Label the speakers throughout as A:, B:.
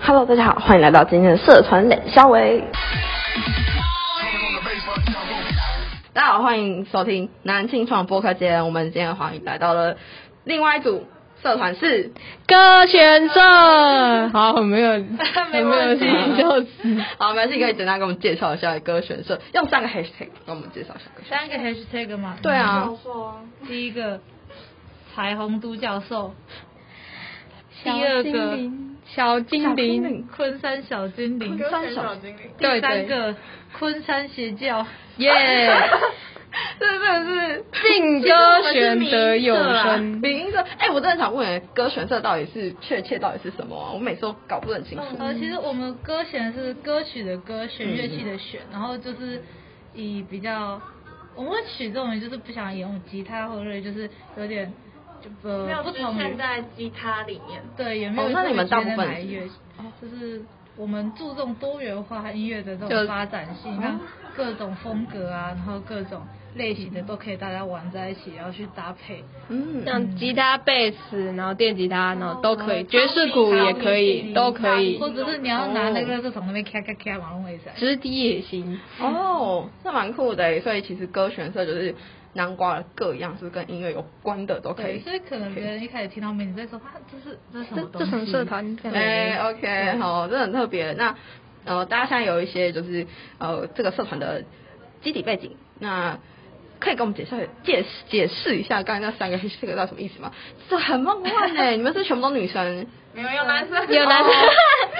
A: Hello，大家好，欢迎来到今天的社团冷肖维。大家好，欢迎收听南庆创播客间。我们今天欢迎来到了另外一组社团 是
B: 歌选社，好，很没有， 很没有
A: 问题
B: 心就死。
A: 好，没关系，可以简单给我们介绍一下歌选社，用三个 hashtag 给我们介绍一下歌选社。
C: 三个 hashtag 嘛，
A: 对啊，
C: 第一个彩虹独角兽，第二个
A: 小
B: 小精
A: 精灵
B: 灵，
C: 昆山小精灵，
A: 三小
C: 第
B: 对对，
C: 三个昆山邪教，
B: 耶，
A: 这真的是
B: 进歌选得有声。
A: 民音社。哎、我真的想问，歌选社到底是确切到底是什么、啊？我每次都搞不很清楚。
C: 呃，其实我们歌选是歌曲的歌，
B: 嗯
C: 选乐器的选，然后就是以比较，我们会取这种就是不想演用吉他或者就是有点就不
D: 没有
C: 不
D: 之
C: 同于
D: 前在吉他里面，
C: 对，也没
A: 哦
C: 有
A: 那你们大
C: 特
A: 部
C: 别
A: 分
C: 觉得哪一
A: 是
C: 乐，
B: 哦
C: 就是我们注重多元化和音乐的
B: 就
C: 这
B: 哦
C: 种发展性，让各种风格啊，然后各种类型的都可以大家玩在一起，然后去搭配。
A: 嗯，
B: 像吉他、贝斯，然后电吉他，然后都可以，爵士鼓也可以，哦都可以，
C: 或者是你要拿那个垃圾桶那边咔咔咔往弄一下。
B: 直笛也行。
A: 哦，这蛮酷的耶。所以其实歌选社就是南瓜的各样，是不是跟音乐有关的都可
C: 对，
A: 以。
C: 所以可能别人一开始听到名字在说啊，这是这是什
B: 这
C: 么东
B: 这
C: 西？
B: 什么社团？这样
A: 哎、o k 好，这很特别。那呃，大家现在有一些就是呃这个社团的基底背景，那可以给我们解释解释解释一下刚才那三个 h a s 到底什么意思吗？这很梦幻哎， 你们是全部都女生，
D: 没有有男生，
B: 有男生
A: 哦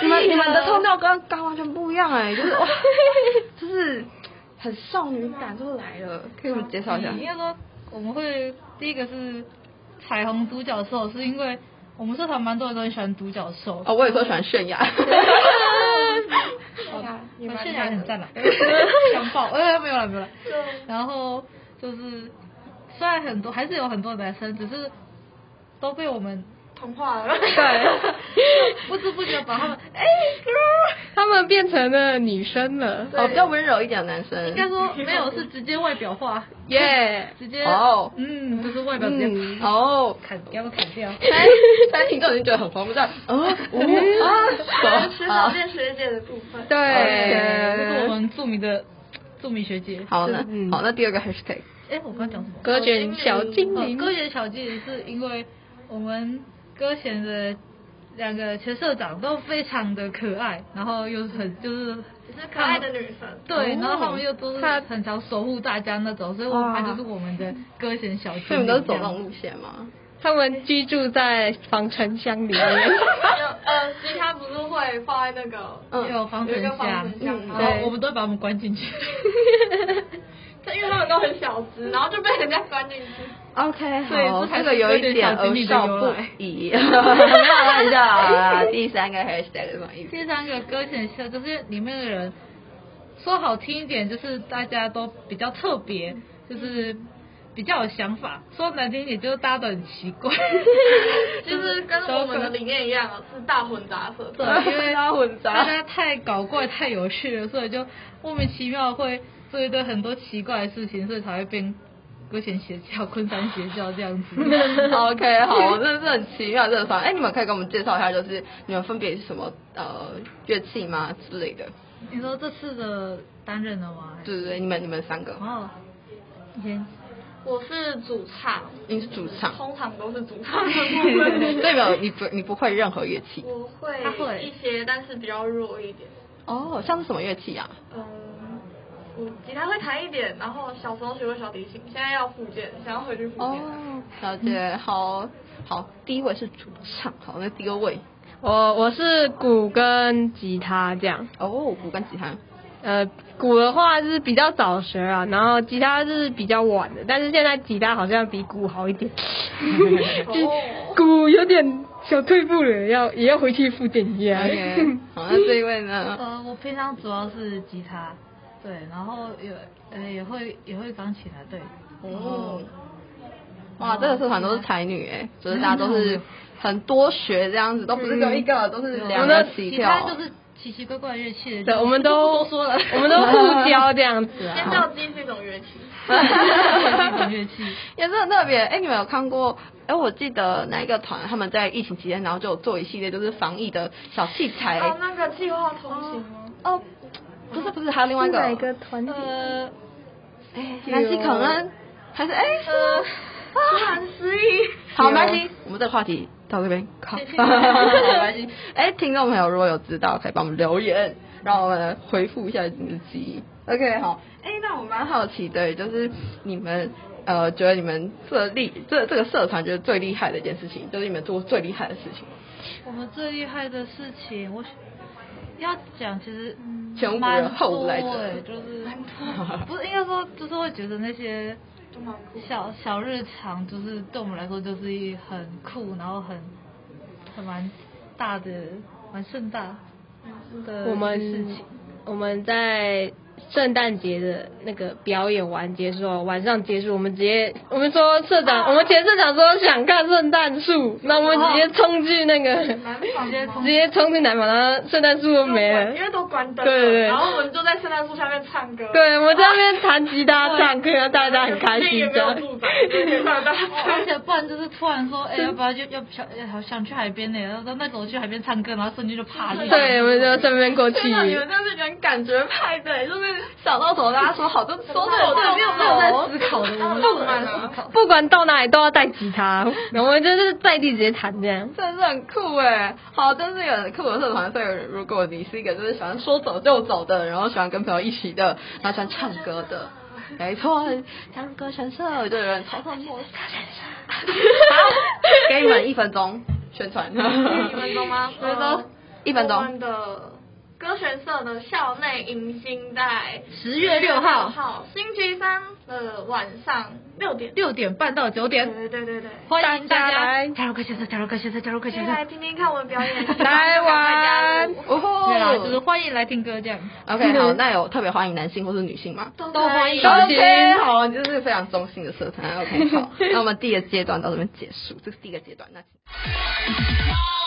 A: 你
C: 啊
A: 们你们的痛调跟刚完全不一样哎，就是哇，就是很少女感都来了，可以给我们介绍一下
C: 嗯？应该说我们会第一个是彩虹独角兽，是因为我们社团蛮多人都很喜欢独角兽。
A: 哦，我有时候喜欢泫雅，
C: 我现在很
B: 啊
C: 赞啦，啊 想爆，呃，没有了，没有了。然后就是，虽然很多还是有很多男生，只是都被我们
D: 童话了。
C: 不知不觉把他们，哎、
B: 他们变成了女生了，
A: 哦，比较温柔一点的男生，
C: 应该说没有，是直接外表 化，
B: 耶！
C: 直接，
A: 哦
C: 嗯，就是外表直
B: 嗯
C: 接啪
A: 哦。
C: 砍掉，要砍掉。
A: 三三听众已经觉得很慌，不知道哦哦啊，
D: 学
A: 手
D: 长
A: 啊，
D: 变学姐的部分，
B: 对，
C: 这是我们著名的著名学姐。
A: 好那
B: 嗯
A: 好那第二个 hashtag
C: 哎，我刚讲什么？
B: 歌选小精
C: 哦，
B: 灵，
C: 歌选小精灵是因为我们歌选的两个前社长都非常的可爱，然后又是很就是
D: 是可爱的女生。
C: 对，
A: 哦
C: 然后他们又都是很常守护大家那种，所以我
A: 哇
C: 们他就是我们的歌选小精灵。
A: 所哦以你们都是走那种路线吗？
B: 他们居住在防尘箱里 面。
D: 有呃，吉他不是会放在那个
A: 嗯
C: 也嗯有方程
D: 有一个
C: 下
D: 方程，箱
C: 然
B: 对
C: 后我们都会把我们关进去。
D: 他因为他们都很小只，然后就被人家关进去。
A: OK，
C: 对
A: 好，
C: 这才
A: 这
C: 是
A: 个有一点儿少不已，没有玩笑啊。第三个 hashtag 是什么意思？
C: 第三个歌选秀就是里面的人，说好听一点就是大家都比较特别，
D: 嗯
C: 就是比较有想法；说难听一点就是大家都很奇怪，
D: 就是跟我们的理念一样，是大混杂色。
C: 对，因为
A: 大家混杂
C: 大家太搞怪、太有趣了，所以就莫名其妙会做一堆很多奇怪的事情，所以才会变歌选邪教、昆山邪教 这样子。 哦
A: OK，好，真的是很奇妙这个团。哎，你们可以给我们介绍一下，就是你们分别是什么呃乐器吗之类的？
C: 你说这次的担任了吗？
A: 对对对，你们你们三个，
C: 哦，以前
D: 我是主唱，
A: 你是主唱，
D: 通常都是主 唱的部分。
A: 所以没有你不你不会任何乐器
D: 我
C: 他
D: 会
C: 会
D: 一些，但是比较弱一点。
A: 哦，像是什么乐器啊？
D: 嗯，我吉他会弹一点，然后小时候学过小提琴，现在要复健，想要回去复健。
A: 哦，了解，好好，第一位是主唱，好，那第二位
B: 我我是鼓跟吉他这样，
A: 哦，鼓跟吉他，
B: 呃，鼓的话是比较早学啊，然后吉他是比较晚的，但是现在吉他好像比鼓好一点，
A: 哦
B: 就是鼓有点小退步了，要也要回去复健一下。
A: OK，好，啊那这一位呢？
C: 呃，我平常主要是吉他，对，然后有呃也会也会钢琴啊，对。
A: 哦，哇，这个社团都是才女哎，就是大家都是很多学这样子，都不是只有一个，都是
C: 有
A: 两个
C: 吉
A: 起
C: 他
A: 跳。
C: 就是奇奇怪怪乐器的。
B: 对，我们都
A: 不多说了
B: 我们都 互教这样 子
D: 尖
B: 啊。
D: 叫鸡是一种乐器，
C: 乐器。
A: 也是很特别。哎、你们有看过？哎、我记得哪一个团他们在疫情期间，然后就有做一系列就是防疫的小器材。
D: 哦，那个计划通行吗？
A: 哦，不是不是，还有另外一个，
B: 哪个哦团体？
C: 呃，
A: 哎，南希可能还是哎、是
C: 呃
A: 吗
D: 不寒思议。
A: 好，没关系，我们这个话题到这边，靠，没
C: 谢谢
A: 关系。哎，听众朋友如果有知道，可以帮我们留言，让我们来回复一下你的记忆。OK，好，哎，那我蛮好奇的，就是你们呃，觉得你们这厉这这个社团觉得最厉害的一件事情，就是你们做过最厉害的事情，
C: 我们最厉害的事情，我要讲其实嗯
A: 前无古
C: 蛮
A: 人后无来者
C: 多欸 就是不是应该说就是会觉得那些小小日常，就是对我们来说就是一很酷，然后很很蛮大的、蛮盛大
D: 嗯
C: 的
B: 嗯我
C: 事
B: 们
C: 情。
B: 我们在圣诞节的那个表演完结束后，晚上结束，我们直接我们说社
D: 啊
B: 长，我们前社长说想看圣诞树，那我
D: 哦
B: 们直接冲去那个，
D: 南纺吗
B: 直接冲去南方，然后圣诞树都没了
D: 因。为都关灯了，
B: 对对对
D: 然后我们就在圣诞树下面 唱歌，
B: 对，我在那边弹吉他唱 歌，然后大家很开
D: 也
B: 心
D: 没
B: 这
D: 有
B: 样。
D: 住宅，所以没办法
C: 哦而且不然就是突然说，哎、要不要就要想好想去海边呢？然后说那个我去海边唱歌，然后瞬间就趴地。
B: 对，我们就顺便过去。
A: 天哪，你们真是人感觉派对，就是 想到什么大家说好就说
D: 对
A: 什么，
D: 对
A: 没有没
D: 对
A: 有
D: 对
A: 在
D: 对
A: 思考 的，我
D: 浪
A: 们不
D: 漫啊
A: 思考。
B: 不管到哪里都要带 吉他，然后我们就是在地直接弹这样。
A: 真是很酷哎！好，真是有很酷的社团。所以如果你是一个就是喜欢说走就走的，然后喜欢跟朋友一起的，然后喜欢唱歌的，没错，加入歌神社就有人偷偷摸。好，给你们一分钟宣传。哦
D: 一分钟吗？
A: 一分钟，一分
D: 我们
A: 钟。
D: 的歌选社的校内迎新在
C: 十月六号
D: 好，星期三的晚上六点。
C: 六点半到九
D: 对
C: 点，
D: 对对对对，
C: 欢迎大
B: 大家
C: 家
B: 来
C: 加入快先生，加入快先生，加入快
D: 可以
C: 先
D: 来
C: 生。
D: 听听看我们表演，
B: 来
D: 赶
B: 玩
D: 快加入
A: 哦吼
C: 对啦，就是欢迎来听歌这样。
A: OK，好，那有特别欢迎男性或是女性吗？
D: 都
C: 都
D: 可以
C: 欢迎
B: 中性
A: OK，好，就是非常中性的社团。OK，好，那我们第一个阶段到这边结束，这是第一个阶段。那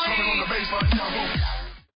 E: Put it on the bass, like, jump on.